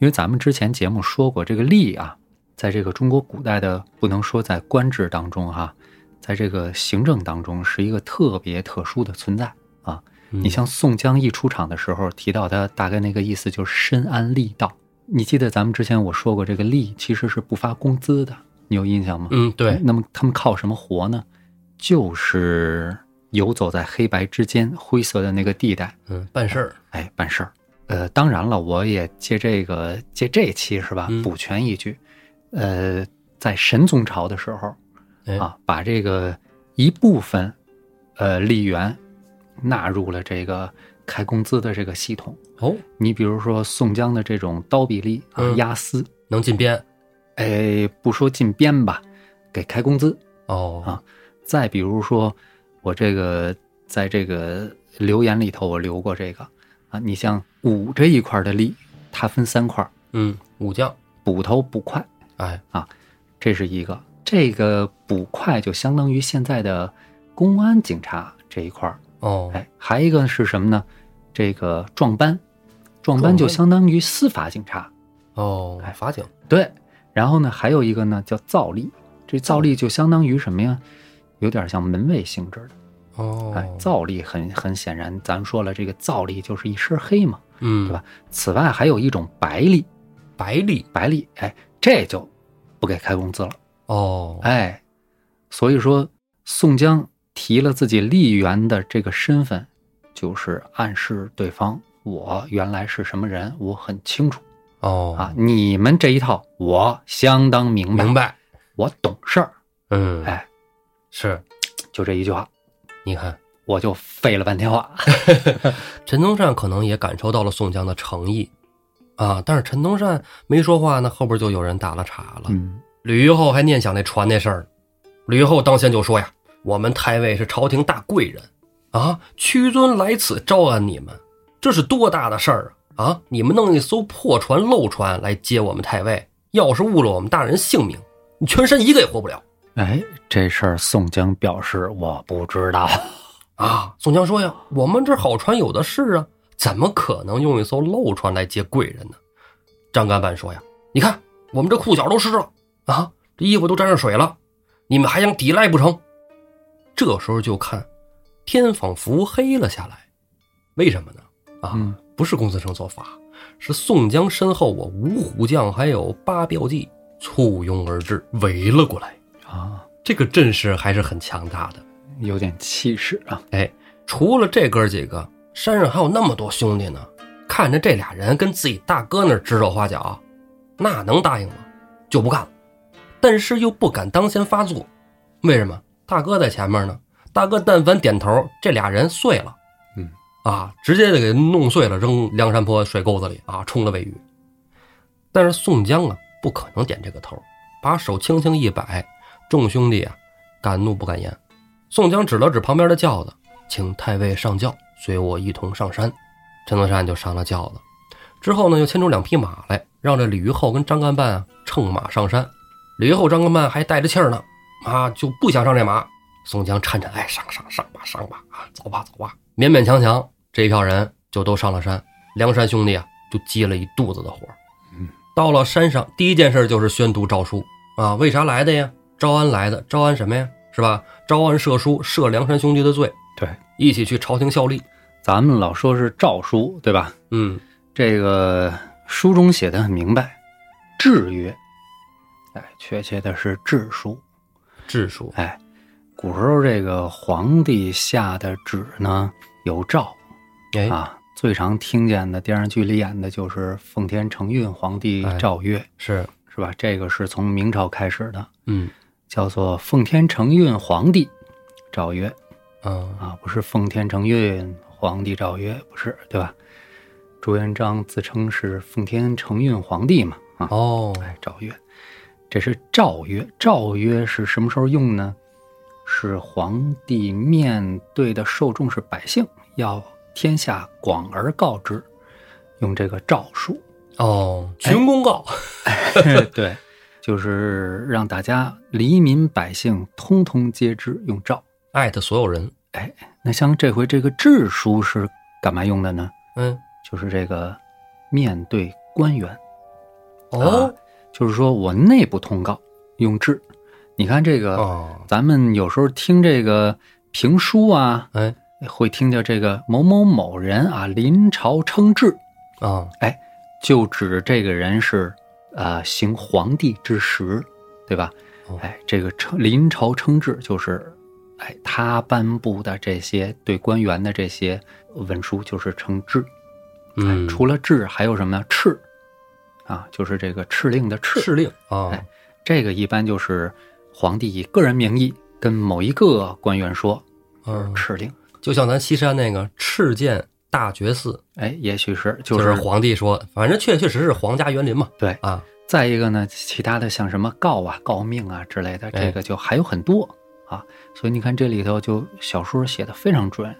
S3: 因为咱们之前节目说过，这个吏啊，在这个中国古代的不能说在官制当中哈、在这个行政当中是一个特别特殊的存在啊。
S2: 嗯
S3: 你像宋江一出场的时候提到他大概那个意思就是深谙吏道。你记得咱们之前我说过，这个吏其实是不发工资的，你有印象吗？
S2: 嗯，对，
S3: 那么他们靠什么活呢？就是游走在黑白之间，灰色的那个地带，
S2: 嗯，办事儿，
S3: 哎，办事儿。呃，当然了，我也借这个借这期是吧
S2: 嗯，
S3: 补全一句，呃，在神宗朝的时候，
S2: 哎，
S3: 啊，把这个一部分呃利源纳入了这个开工资的这个系统。
S2: 哦，
S3: 你比如说宋江的这种刀比例啊
S2: 嗯、
S3: 押司，
S2: 能进编
S3: 哎，不说进编吧，给开工资。
S2: 哦
S3: 啊，再比如说我这个在这个留言里头我留过这个啊，你像武这一块儿的利，它分三块儿，
S2: 嗯，武将，
S3: 捕头、捕快，
S2: 哎，
S3: 这是一个。这个捕快就相当于现在的公安警察这一块儿。
S2: 哦，
S3: 哎，还一个是什么呢？这个壮班，壮
S2: 壮班
S3: 班就相当于司法警察。
S2: 哦，
S3: 哎
S2: 法警，
S3: 对，然后呢，还有一个呢叫造吏，这造吏就相当于什么呀？有点像门卫性质的。
S2: 哦，
S3: 哎，造吏很很显然，咱说了，这个造吏就是一身黑嘛。
S2: 嗯，
S3: 对吧此外，还有一种白吏，
S2: 白吏，
S3: 白吏，哎，这就不给开工资了。
S2: 哦，
S3: 哎，所以说宋江提了自己吏员的这个身份，就是暗示对方我原来是什么人，我很清楚
S2: 哦，
S3: 啊。你们这一套我相当明白，
S2: 明白，
S3: 我懂事儿。
S2: 嗯，
S3: 哎，
S2: 是，
S3: 就这一句话，
S2: 你看
S3: 我就废了半天话。 *laughs*
S2: 陈东善可能也感受到了宋江的诚意，啊，但是陈东善没说话呢，后边就有人打了岔了。
S3: 嗯，
S2: 吕玉厚还念想那船那事儿呢，吕玉厚当先就说呀：“我们太尉是朝廷大贵人啊，屈尊来此招安你们，这是多大的事儿啊！啊，你们弄一艘破船漏船来接我们太尉，要是误了我们大人性命，你全身一个也活不了
S3: 哎，这事儿宋江表示我不知道。
S2: 啊！”宋江说呀：“我们这好船有的是啊，怎么可能用一艘漏船来接贵人呢？”张干板说呀：“你看我们这裤脚都湿了啊，这衣服都沾上水了，你们还想抵赖不成？”这时候就看天仿佛黑了下来，为什么呢？啊，
S3: 嗯
S2: 不是公孙胜做法，是宋江身后我五虎将还有八骠骑簇拥而至，围了过来。
S3: 啊，
S2: 这个阵势还是很强大的。
S3: 有点气势啊。
S2: 哎，除了这哥几个，山上还有那么多兄弟呢。看着这俩人跟自己大哥那儿指手画脚，啊那能答应吗？就不干了，但是又不敢当先发作，为什么？大哥在前面呢，大哥但凡点头，这俩人碎了，
S3: 嗯，
S2: 啊，直接就给弄碎了，扔梁山泊水沟子里啊，冲了喂鱼。但是宋江啊，不可能点这个头，把手轻轻一摆，众兄弟啊，敢怒不敢言。宋江指了指旁边的轿子，请太尉上轿，随我一同上山。陈德善就上了轿子，之后呢，又牵出两匹马来，让这李玉厚跟张干办啊乘马上山。李玉厚、张干办还带着气儿呢，啊，就不想上这马。宋江颤颤，哎，上上上吧，上吧，啊，走吧，走吧，勉勉强强，这一票人就都上了山。梁山兄弟啊，就积了一肚子的火。
S3: 嗯，
S2: 到了山上，第一件事就是宣读诏书啊，为啥来的呀？招安来的，招安什么呀？是吧？招安赦书，赦梁山兄弟的罪，
S3: 对，
S2: 一起去朝廷效力。
S3: 咱们老说是诏书，对吧？
S2: 嗯，
S3: 这个书中写的很明白，制曰，哎，确切的是制书。
S2: 治书，
S3: 哎，古时候这个皇帝下的旨呢，有诏
S2: 哎，
S3: 啊。最常听见的电视剧里演的就是奉天承运皇帝
S2: 哎
S3: 诏曰，
S2: 是，
S3: 是吧？这个是从明朝开始的，
S2: 嗯，
S3: 叫做奉天承运皇帝诏曰。
S2: 啊，
S3: 啊，不是奉天承运皇帝诏曰，不是对吧？朱元璋自称是奉天承运皇帝嘛，啊，
S2: 哦，
S3: 哎，诏曰，这是诏曰，诏曰是什么时候用呢？是皇帝面对的受众是百姓，要天下广而告之，用这个诏书。 *laughs*
S2: 哦，群公告，
S3: 对，就是让大家黎民百姓通通皆知，用诏。
S2: 艾特所有人，
S3: 那像这回这个制书是干嘛用的呢？
S2: 嗯，
S3: 就是这个面对官员，
S2: 哦，
S3: 就是说我内部通告用制。你看这个，
S2: 哦，
S3: 咱们有时候听这个评书啊，
S2: 哎，
S3: 会听见这个某某某人啊临朝称制，
S2: 啊，
S3: 就指这个人是呃行皇帝之实，对吧
S2: 哦？
S3: 哎，这个称临朝称制就是，哎，他颁布的这些对官员的这些文书就是称制。
S2: 嗯，
S3: 啊除了制还有什么呢？敕，啊，就是这个敕令的敕。
S2: 敕令啊，
S3: 哎这个一般就是皇帝以个人名义跟某一个官员说，
S2: 嗯，
S3: 敕令。
S2: 就像咱西山那个敕建大觉寺，
S3: 哎，也许是就
S2: 就是
S3: 是
S2: 皇帝说，反正确确实是皇家园林嘛，
S3: 对
S2: 啊，
S3: 再一个呢，其他的像什么告啊、告命啊之类的，
S2: 哎
S3: 这个就还有很多啊。所以你看这里头就小说写的非常准。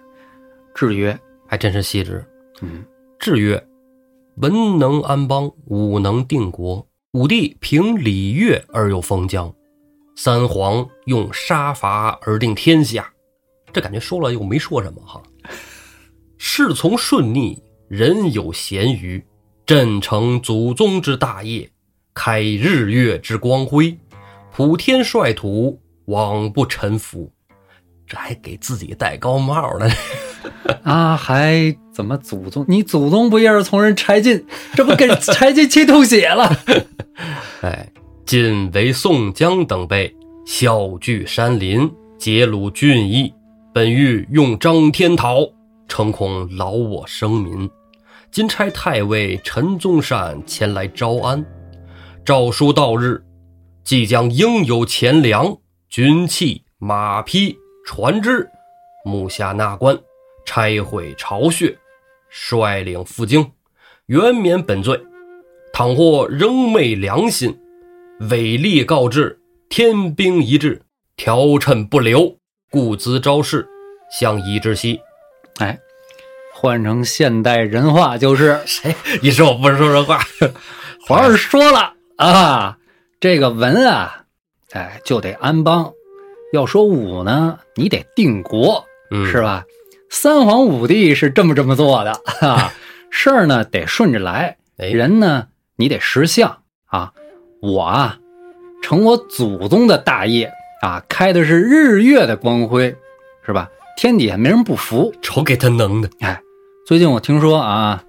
S3: 制曰，
S2: 还真是细致。 *laughs*
S3: 嗯，
S2: 制曰：“文能安邦，武能定国。武帝凭礼乐而有封疆，三皇用杀伐而定天下。”这感觉说了又没说什么哈。事从顺逆，人有咸鱼。朕承祖宗之大业，开日月之光辉，普天率土，罔不臣服。这还给自己戴高帽呢，
S3: 啊，还怎么祖宗？你祖宗不也是从人柴进，这不给柴进气吐血了？ *laughs*
S2: 哎，晋为宋江等辈笑聚山林，结鲁俊义。本欲用张天讨，诚恐劳我生民。今差太尉陈宗善前来招安。诏书到日，即将应有钱粮、军器、马匹、船只，目下纳关，拆毁巢穴，率领赴京，原免本罪。倘或仍昧良心，违例告至，天兵一至，调趁不留，故兹招事，相宜之息。
S3: 哎，换成现代人话就是，
S2: 谁？你哎说我不是说人话？
S3: *laughs*
S2: 哎
S3: 皇上说了啊，这个文啊，哎，就得安邦。要说武呢，你得定国，
S2: 嗯，
S3: 是吧？三皇五帝是这么这么做的，哈、事儿呢得顺着来，
S2: 哎，
S3: 人呢你得识相啊。我啊，承我祖宗的大业啊，开的是日月的光辉，是吧？天底下没人不服。
S2: 瞅给他能的，
S3: 最近我听说啊，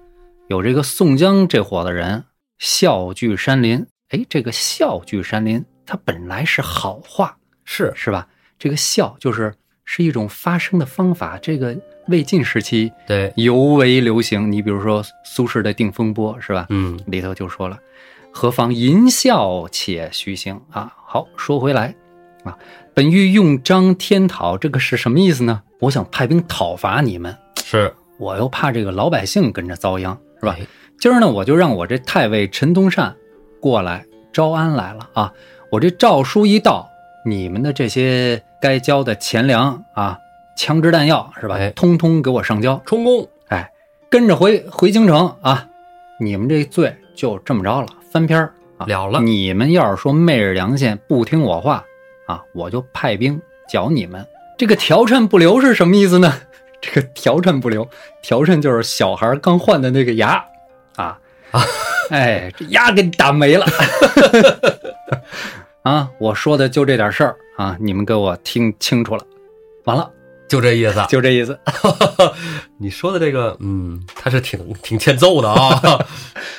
S3: 有这个宋江这伙子人笑聚山林。哎，这个笑聚山林，它本来是好话，
S2: 是
S3: 是吧？这个笑就是是一种发声的方法，这个魏晋时期
S2: 对，
S3: 尤为流行。你比如说苏轼的《定风波》，是吧？
S2: 嗯，
S3: 里头就说了，何妨吟啸且徐行啊。好，说回来啊，本欲用张天讨，这个是什么意思呢？我想派兵讨伐你们，
S2: 是
S3: 我又怕这个老百姓跟着遭殃，是吧
S2: 哎？
S3: 今儿呢，我就让我这太尉陈东善过来招安来了啊！我这诏书一到，你们的这些该交的钱粮啊、枪支弹药是吧
S2: 哎，
S3: 通通给我上交，
S2: 充公，
S3: 哎，跟着回回京城啊！你们这罪就这么着了，翻篇儿啊！
S2: 了了
S3: 你们要是说昧着良心不听我话啊，我就派兵剿你们。这个条衬不留是什么意思呢？ *laughs* 这个条衬不留，条衬就是小孩刚换的那个牙啊哎，这牙给你打没了 *laughs* 啊！我说的就这点事儿啊，你们给我听清楚了。完了，
S2: 就这意思啊。
S3: 就这意思。
S2: *laughs* 你说的这个，嗯，他是挺挺欠揍的
S3: *laughs*
S2: 啊。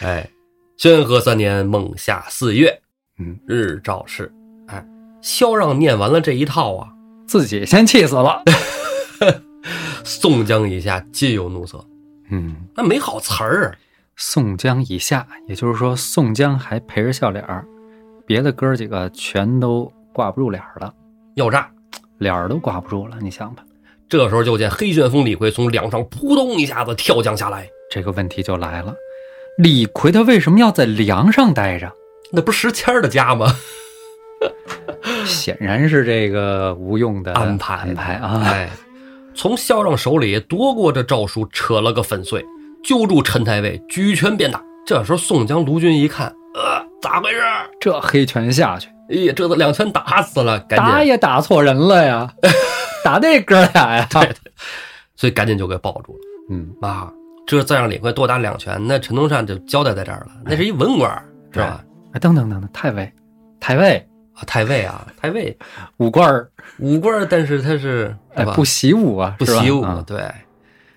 S2: 哎，宣和三年孟夏四月，
S3: 嗯，
S2: 日照市。哎，萧让念完了这一套啊，
S3: 自己先气死了。
S2: 宋江一下皆有怒色，
S3: 嗯，
S2: 那没好词儿。啊
S3: 宋江以下，也就是说宋江还陪着笑脸儿，别的哥儿几个全都挂不住脸儿了，
S2: 要炸！
S3: 脸儿都挂不住了。你想吧，
S2: 这时候就见黑旋风李逵从梁上扑通一下子跳降下来，
S3: 这个问题就来了：李逵他为什么要在梁上待着？
S2: 那不是石谦儿的家吗？
S3: 显然是这个无用的
S2: 安排
S3: 呃安排啊！
S2: 哎，从萧让手里夺过这诏书，扯了个粉碎，揪住陈太尉，举拳便打。这时候宋江、卢俊一看，呃，咋回事？
S3: 这黑拳下去，
S2: 哎呀，这都两拳打死了，赶
S3: 打
S2: 紧，
S3: 也打错人了呀， *laughs* 打那哥俩呀。
S2: 哎 *laughs* 所以赶紧就给抱住了。
S3: 嗯，
S2: 妈，这再让李逵多打两拳，那陈东善就交代在这儿了。那是一文官，是吧？
S3: 哎等等等等，太尉，太尉，
S2: 啊，太尉啊，太尉，
S3: 武官儿，
S2: 武官，但是他是
S3: 哎，
S2: 是吧
S3: 不习武啊，
S2: 不
S3: 是吧
S2: 习武
S3: 啊。
S2: 对，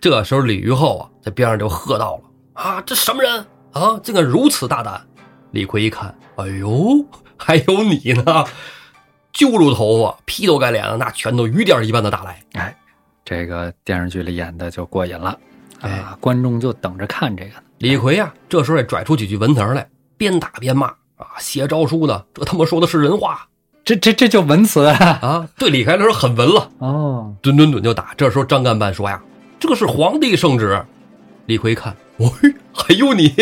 S2: 这时候李虞后啊，在边上就喝道了：“啊，这什么人啊，竟敢如此大胆！”李逵一看，哎呦，还有你呢！揪住头发，劈头盖脸的，那拳头雨点一般的打来。
S3: 哎，这个电视剧里演的就过瘾了，
S2: 哎
S3: 啊，观众就等着看这个呢。
S2: 李逵呀、这时候也拽出几句文词儿来，边打边骂啊，写诏书呢，这他妈说的是人话
S3: 这这这就文词啊！
S2: 啊！对李逵来说很文了，
S3: 哦，
S2: 吨吨吨就打。这时候张干办说呀：“这是皇帝圣旨。”李逵一看，喂，还有你，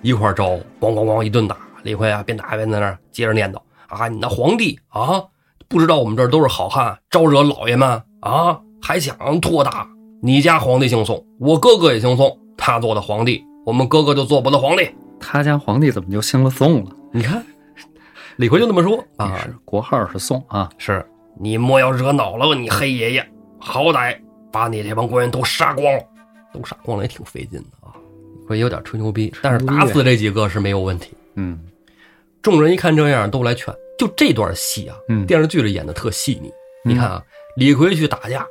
S2: 一块儿招呼，咣咣咣一顿打。李逵啊，边打边在那儿接着念叨：“啊，你那皇帝啊，不知道我们这儿都是好汉，招惹老爷们啊，还想托打。你家皇帝姓宋，我哥哥也姓宋，他做的皇帝，我们哥哥就做不到皇帝。
S3: 他家皇帝怎么就姓了宋了？
S2: 你看，李逵就那么说啊，
S3: 是国号是宋啊。
S2: 是你莫要惹恼了你黑爷爷，好歹把你这帮官员都杀光了，都杀光了也挺费劲的啊。我也有点吹牛逼，但是打死这几个是没有问题。
S3: 嗯
S2: 众人一看这样，都来劝。就这段戏啊，
S3: 嗯，
S2: 电视剧里演的特细腻。
S3: 嗯
S2: 你看啊，李逵去打架，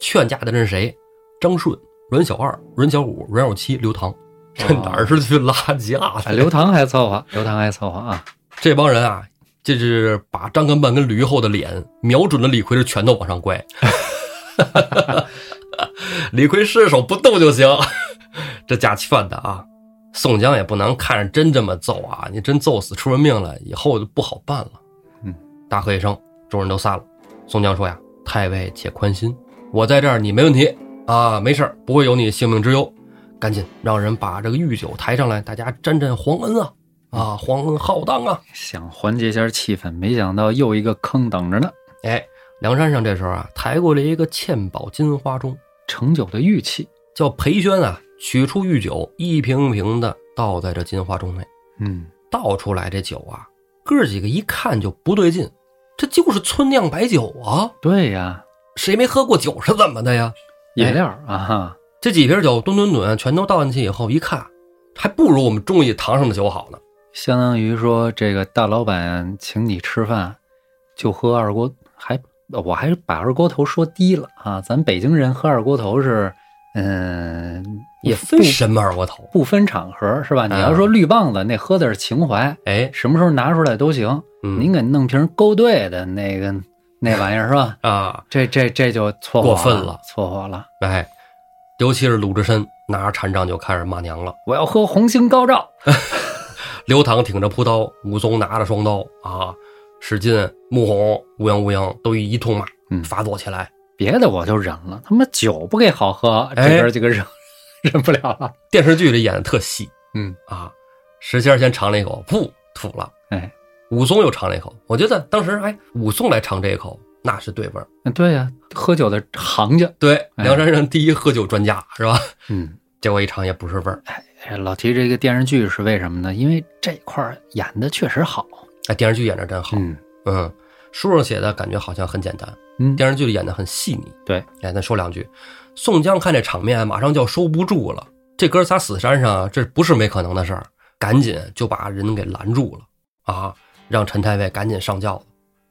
S2: 劝架的人是谁？张顺、阮小二、阮小五、阮小七、刘唐，这
S3: 哦
S2: 哪儿是去拉架
S3: 哎
S2: 的？
S3: 刘唐还凑合，刘唐还凑合啊。
S2: 这帮人啊，这是把张根办跟吕后的脸瞄准了李逵的拳头往上拐。 *laughs* 李逵失手不动就行，这架劝的啊。宋江也不能看着真这么揍啊，你真揍死出人命了，以后就不好办了。
S3: 嗯，
S2: 大喝一声，众人都散了。宋江说呀：“太尉且宽心，我在这儿你没问题啊，没事儿，不会有你性命之忧。赶紧让人把这个御酒抬上来，大家沾沾皇恩啊！啊，皇恩浩荡啊！
S3: 想缓解一下气氛，没想到又一个坑等着呢。
S2: 哎，梁山上这时候啊，抬过来一个嵌宝金花盅，
S3: 盛酒的玉器，
S2: 叫裴宣啊，取出御酒，一瓶瓶的倒在这金花盅内。
S3: 嗯，
S2: 倒出来这酒啊，哥几个一看就不对劲，这就是村酿白酒啊，
S3: 对呀，
S2: 谁没喝过酒是怎么的呀？
S3: 饮料啊哈，
S2: 这几瓶酒吨吨吨全都倒进去以后，一看还不如我们中意堂上的酒好呢。
S3: 相当于说这个大老板请你吃饭，就喝二锅，还我还把二锅头说低了啊。咱北京人喝二锅头是，嗯，
S2: 也分什么二锅头，
S3: 不分场合是吧？你
S2: 啊
S3: 要说绿棒子，那喝的是情怀，
S2: 哎，
S3: 什么时候拿出来都行。
S2: 嗯，
S3: 您给弄瓶勾兑的那个那玩意儿是吧？
S2: 啊，
S3: 这这这就错火
S2: 过分了，
S3: 错火了！
S2: 哎，尤其是鲁智深拿着禅杖就开始骂娘了。
S3: 我要喝红星高照，
S2: 刘唐挺着朴刀，武松拿着双刀啊，史进、穆弘、乌泱乌泱都一通骂，
S3: 嗯
S2: 发作起来。
S3: 别的我就忍了，他妈酒不给好喝，这
S2: 哎
S3: 边这个忍、 *laughs* 忍不了了。
S2: 电视剧里演的特细
S3: 嗯，
S2: 啊，石仙儿先尝了一口，噗，吐了。
S3: 哎，
S2: 武松又尝了一口，我觉得当时哎，武松来尝这一口那是对味儿。
S3: 嗯对呀、喝酒的行家。
S2: 对，
S3: 哎
S2: 梁山上第一喝酒专家是吧？
S3: 嗯，
S2: 结果一尝也不是味儿。
S3: 哎老提这个电视剧是为什么呢？因为这块儿演的确实好。
S2: 哎，电视剧演的真好，
S3: 嗯
S2: 嗯，书上写的感觉好像很简单，
S3: 嗯，
S2: 电视剧里演的很细腻。
S3: 对，
S2: 哎，咱说两句。宋江看这场面，马上就要收不住了。这哥仨死山上啊，这不是没可能的事儿，赶紧就把人给拦住了啊！让陈太尉赶紧上轿子，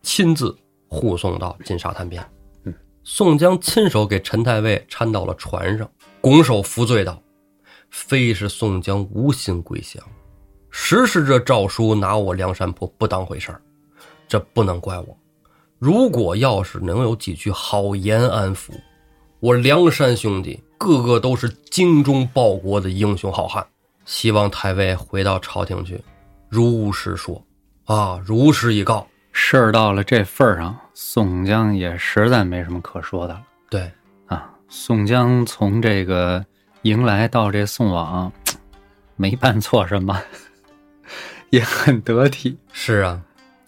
S2: 亲自护送到金沙滩边。
S3: 嗯，
S2: 宋江亲手给陈太尉搀到了船上，拱手扶罪道：“非是宋江无心归降，实是这诏书拿我梁山泊不当回事儿，这不能怪我。如果要是能有几句好言安抚，我梁山兄弟个个都是精忠报国的英雄好汉。希望太尉回到朝廷去，如实说，啊，如实以告。
S3: 事儿到了这份儿上，宋江也实在没什么可说的了。
S2: 对，
S3: 啊，宋江从这个迎来到这送往，没办错什么， *laughs* 也很得体，
S2: 是啊，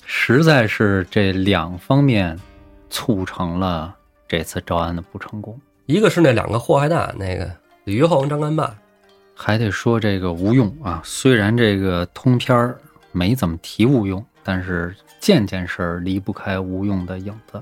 S3: 实在是这两方面促成了这次招安的不成功。
S2: 一个是那两个祸害蛋，那个李云浩跟张干办，
S3: 还得说这个吴用啊，虽然这个通篇儿没怎么提吴用，但是件件事儿离不开吴用的影子。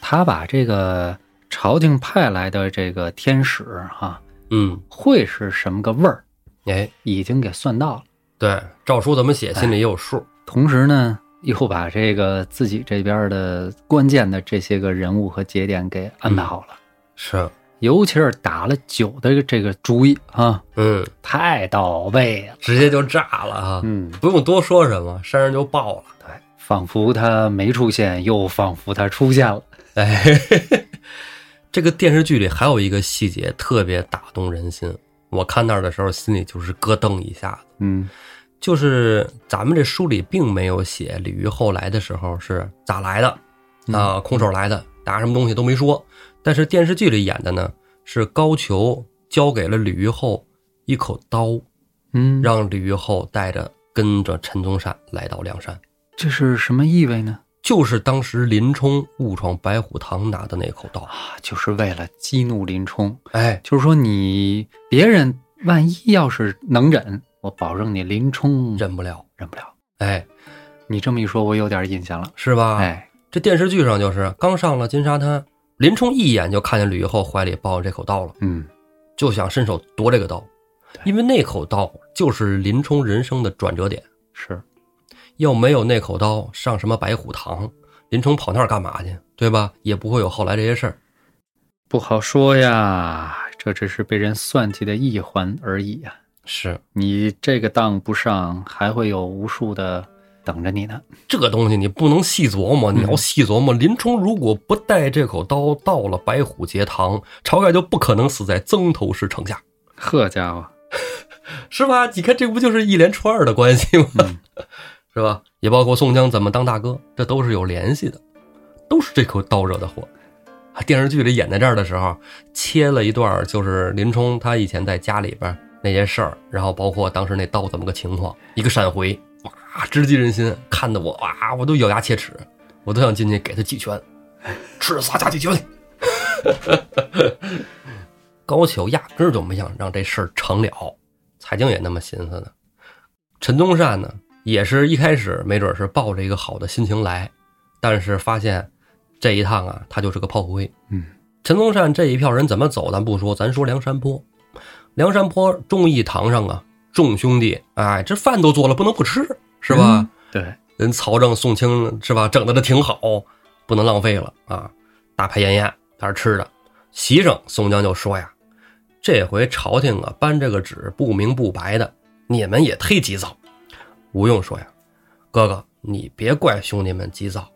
S3: 他把这个朝廷派来的这个天使哈、啊，
S2: 嗯，
S3: 会是什么个味儿，
S2: 哎，
S3: 已经给算到了。
S2: 对，诏书怎么写，心里也有数。
S3: 同时呢，又把这个自己这边的关键的这些个人物和节点给安排好了，
S2: 是，
S3: 尤其是打了酒的这个主意啊，
S2: 嗯，
S3: 太到位了。
S2: 直接就炸了啊，
S3: 嗯，
S2: *laughs* 不用多说什么，山上就爆了。
S3: 对，仿佛他没出现，又仿佛他出现了。
S2: 哎， *laughs* 这个电视剧里还有一个细节特别打动人心，我看那儿的时候心里就是咯噔一下子。
S3: 嗯
S2: 就是咱们这书里并没有写鲤鱼后来的时候是咋来的
S3: 嗯
S2: 啊，空手来的，打什么东西都没说。但是电视剧里演的呢，是高俅交给了鲤鱼后一口刀，
S3: 嗯，
S2: 让鲤鱼后带着跟着陈宗善来到梁山，
S3: 这是什么意味呢？
S2: 就是当时林冲误闯白虎堂拿的那口刀。
S3: 啊，就是为了激怒林冲，
S2: 哎，
S3: 就是说你别人万一要是能忍，我保证你林冲
S2: 忍不了，
S3: 忍不了。
S2: 哎，
S3: 你这么一说，我有点印象了。
S2: 是吧？
S3: 哎，
S2: 这电视剧上就是刚上了金沙滩，林冲一眼就看见吕后怀里抱着这口刀了，
S3: 嗯，
S2: 就想伸手夺这个刀，因为那口刀就是林冲人生的转折点。
S3: 是。
S2: 要没有那口刀，上什么白虎堂，林冲跑那儿干嘛去？对吧？也不会有后来这些事儿。
S3: 不好说呀，这只是被人算计的一环而已呀、
S2: 是
S3: 你这个当不上，还会有无数的等着你呢。
S2: 这个东西你不能细琢磨，你要细琢磨，林冲如果不带这口刀到了白虎节堂，晁盖就不可能死在曾头市城下，
S3: 呵家伙，
S2: 是吧？你看这不就是一连串儿的关系吗？
S3: 嗯
S2: *laughs* 是吧？也包括宋江怎么当大哥，这都是有联系的，都是这口刀惹的祸。啊电视剧里演在这儿的时候，切了一段儿就是林冲他以前在家里边儿那些事儿，然后包括当时那刀怎么个情况，一个闪回，哇，直击人心，看得我哇，我都咬牙切齿，我都想进去给他几拳，吃仨加几拳。高俅压根儿就没想让这事儿成了，蔡京也那么寻思的。陈宗善呢，也是一开始没准是抱着一个好的心情来，但是发现这一趟啊，他就是个炮灰。
S3: 嗯，
S2: 陈宗善这一票人怎么走，咱不说，咱说梁山泊。梁山泊忠义堂上啊，众兄弟，哎，这饭都做了，不能不吃，是吧？
S3: 对，
S2: 人曹正、宋清是吧，整的这挺好，不能浪费了啊！大排宴宴在这吃着，席上宋江就说呀：“这回朝廷啊颁这个旨不明不白的，你们也忒急躁。”吴用说呀：“哥哥，你别怪兄弟们急躁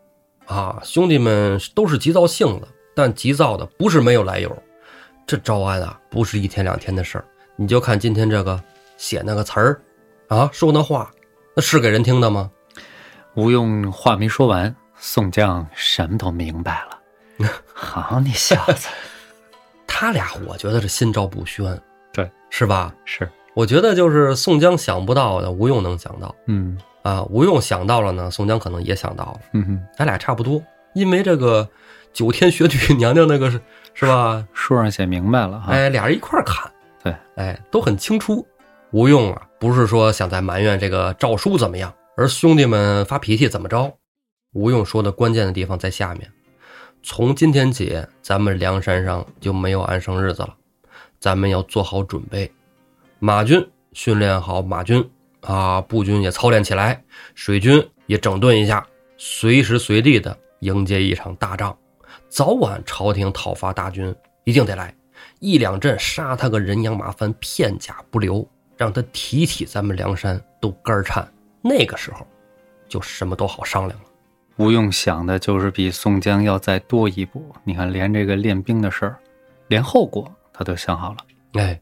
S2: 啊，兄弟们都是急躁性子，但急躁的不是没有来由。这招安啊，不是一天两天的事儿，你就看今天这个写那个词儿啊，说那话，那是给人听的吗？”
S3: 吴用话没说完，宋江什么都明白了。 *laughs* 好你小子，
S2: 他俩我觉得是心照不宣，
S3: 对，
S2: 是吧？
S3: *laughs* 是，
S2: 我觉得就是宋江想不到的，吴用能想到
S3: 嗯
S2: 啊。吴用想到了呢，宋江可能也想到了，
S3: 嗯哼，
S2: 咱俩差不多。因为这个九天玄女娘娘那个是是吧？
S3: 书上写明白了哈。
S2: 哎，俩人一块儿砍，
S3: 对，
S2: 哎，都很清楚。吴用啊，不是说想在埋怨这个诏书怎么样，而兄弟们发脾气怎么着？吴用说的关键的地方在下面。从今天起，咱们梁山上就没有安生日子了，咱们要做好准备。马军训练好马军啊，步军也操练起来，水军也整顿一下，随时随地的迎接一场大仗。早晚朝廷讨伐大军一定得来，一两阵杀他个人仰马翻，片甲不留，让他提起咱们梁山都肝儿颤。那个时候，就什么都好商量了。
S3: 吴用想的就是比宋江要再多一步。你看，连这个练兵的事儿，连后果他都想好了。
S2: 哎，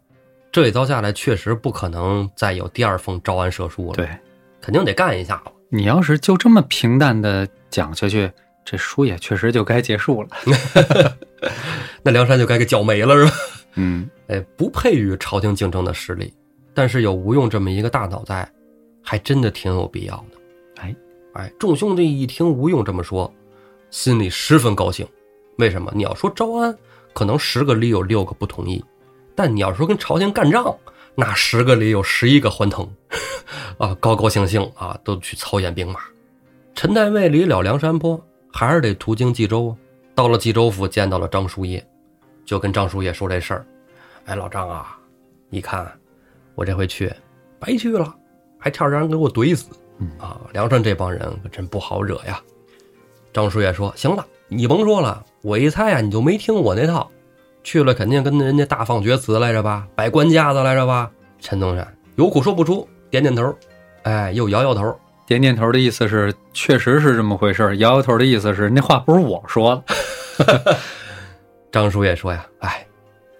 S2: 这一遭下来，确实不可能再有第二封招安赦书了，，
S3: 对
S2: 肯定得干一下了。
S3: 你要是就这么平淡的讲下去，这书也确实就该结束了。
S2: 那梁山就该给剿没了，是吧？
S3: 嗯，
S2: 哎，不配与朝廷竞争的实力，但是有吴用这么一个大脑袋，还真的挺有必要的。
S3: 哎
S2: 哎，众兄弟一听吴用这么说，心里十分高兴。为什么？你要说招安，可能十个里有六个不同意；但你要说跟朝廷干仗，那十个里有十一个欢腾， *laughs* 啊，高高兴兴啊，都去操演兵马。陈太尉离了梁山泊，还是得途经冀州啊。到了冀州府，见到了张叔夜，就跟张叔夜说这事儿。哎，老张啊，你看我这回去白去了，还差点让人给我怼死
S3: 嗯
S2: 啊！梁山这帮人可真不好惹呀。张叔夜说：“行了，你甭说了，我一猜啊，你就没听我那套，去了肯定跟人家大放厥词来着吧，摆官架子来着吧。”陈东山有苦说不出，点点头，哎，又摇摇头，
S3: 点点头的意思是确实是这么回事儿，摇摇头的意思是那话不是我说的。
S2: 张叔也说呀：“哎，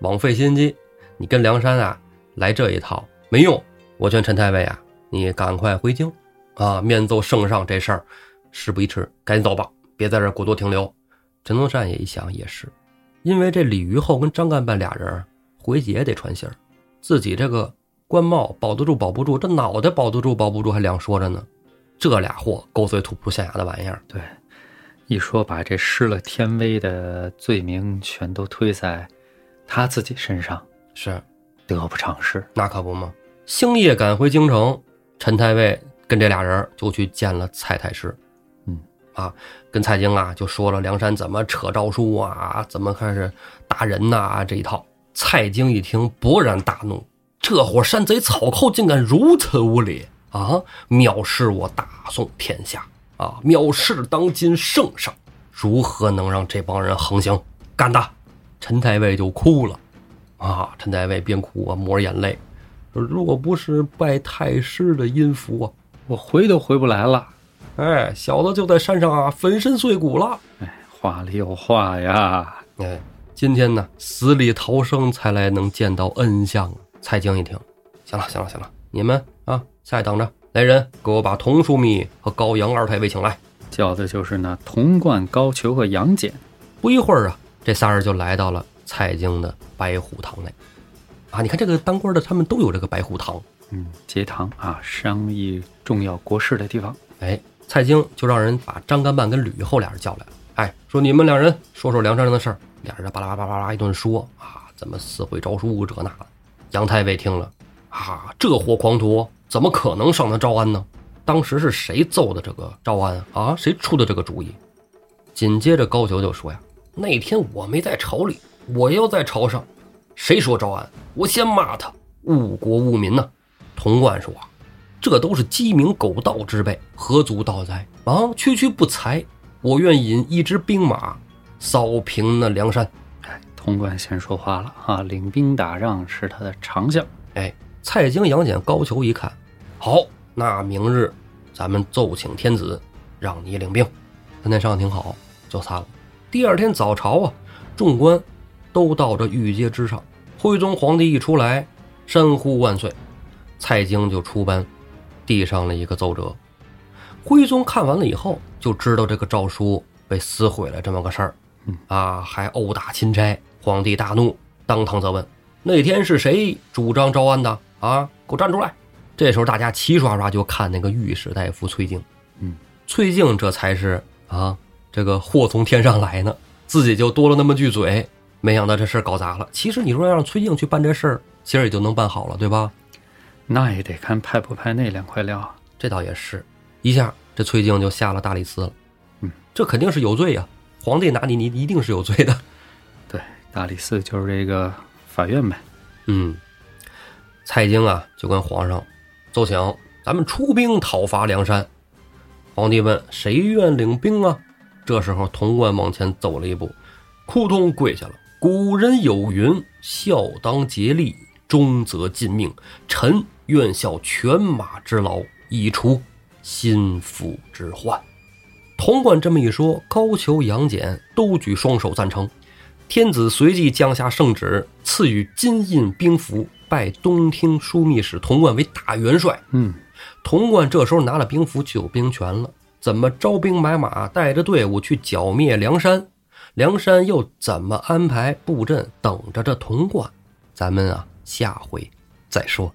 S2: 枉费心机，你跟梁山啊来这一套没用。我劝陈太尉啊，你赶快回京啊，面奏圣上这事儿，事不宜迟，赶紧走吧，别在这儿过多停留。”陈宗善也一想也是，因为这李虞后跟张干办俩人回去也得传信儿，自己这个官帽保得住保不住，这脑袋保得住保不住还两说着呢。这俩货狗嘴吐不出象牙的玩意儿，
S3: 对，一说把这失了天威的罪名全都推在他自己身上，
S2: 是啊
S3: 得不偿失。
S2: 那可不嘛。星夜赶回京城，陈太尉跟这俩人就去见了蔡太师。
S3: 嗯，
S2: 啊，跟蔡京啊就说了梁山怎么扯诏书啊，怎么开始打人呐、啊这一套。蔡京一听勃然大怒，这伙山贼草寇竟敢如此无礼啊！藐视我大宋天下啊！藐视当今圣上，如何能让这帮人横行？干他！陈太尉就哭了。啊，陈太尉边哭啊抹着眼泪，说：“若不是拜太师的音符啊，
S3: 我回都回不来了，
S2: 哎，小子就在山上啊粉身碎骨了。
S3: 话里有话呀。
S2: 哎，今天呢死里逃生才来能见到恩相啊。”蔡京一听，行了行了行了，你们啊下去等着，来人给我把童枢密和高阳二太尉请来。
S3: 叫的就是那童贯、高俅和杨戬。
S2: 不一会儿啊，这仨人就来到了蔡京的白虎堂内。啊，你看这个当官的他们都有这个白虎堂。
S3: 嗯，节堂啊，商议重要国事的地方。
S2: 哎，蔡京就让人把张干办跟吕玉厚俩人叫来了，哎，说你们两人说说梁山上的事儿。俩人巴拉巴拉巴拉一顿说啊，怎么四会诏书这那的。杨太尉听了，啊，这货狂徒怎么可能上他招安呢？当时是谁奏的这个招安啊啊？谁出的这个主意？紧接着高俅就说呀，那天我没在朝里，我要在朝上，谁说招安，我先骂他，误国误民呐、童贯说啊，这都是鸡鸣狗盗之辈，何足道哉？啊，区区不才，我愿引一支兵马，扫平那梁山。
S3: 哎，童贯先说话了啊，领兵打仗是他的长项。
S2: 哎，蔡京、杨戬、高俅一看，好，那明日咱们奏请天子，让你领兵。三天商量挺好，就散了。第二天早朝啊，众官都到这御街之上。徽宗皇帝一出来，山呼万岁。蔡京就出班，递上了一个奏折。徽宗看完了以后，就知道这个诏书被撕毁了这么个事儿，啊，还殴打钦差。皇帝大怒，当堂责问：那天是谁主张招安的？啊，给我站出来！这时候大家齐刷刷就看那个御史大夫崔敬，
S3: 嗯，
S2: 崔敬这才是啊，这个祸从天上来呢，自己就多了那么句嘴，没想到这事儿搞砸了。其实你说让崔敬去办这事儿，其实也就能办好了，对吧？
S3: 那也得看派不派那两块料啊。
S2: 这倒也是，一下这崔静就下了大理寺了。
S3: 嗯，
S2: 这肯定是有罪呀、皇帝拿你，你一定是有罪的。
S3: 对，大理寺就是这个法院呗。
S2: 嗯，蔡京啊就跟皇上奏请，咱们出兵讨伐梁山。皇帝问谁愿领兵啊？这时候童贯往前走了一步，扑通跪下了。古人有云：“孝当竭力，忠则尽命。”臣愿效犬马之劳，以除心腹之患。童贯这么一说，高俅、杨戬都举双手赞成。天子随即降下圣旨，赐予金印兵符，拜东厅枢密使童贯为大元帅。
S3: 嗯，
S2: 童贯这时候拿了兵符就有兵权了，怎么招兵买马，带着队伍去剿灭梁山？梁山又怎么安排布阵，等着这童贯？咱们啊，下回再说。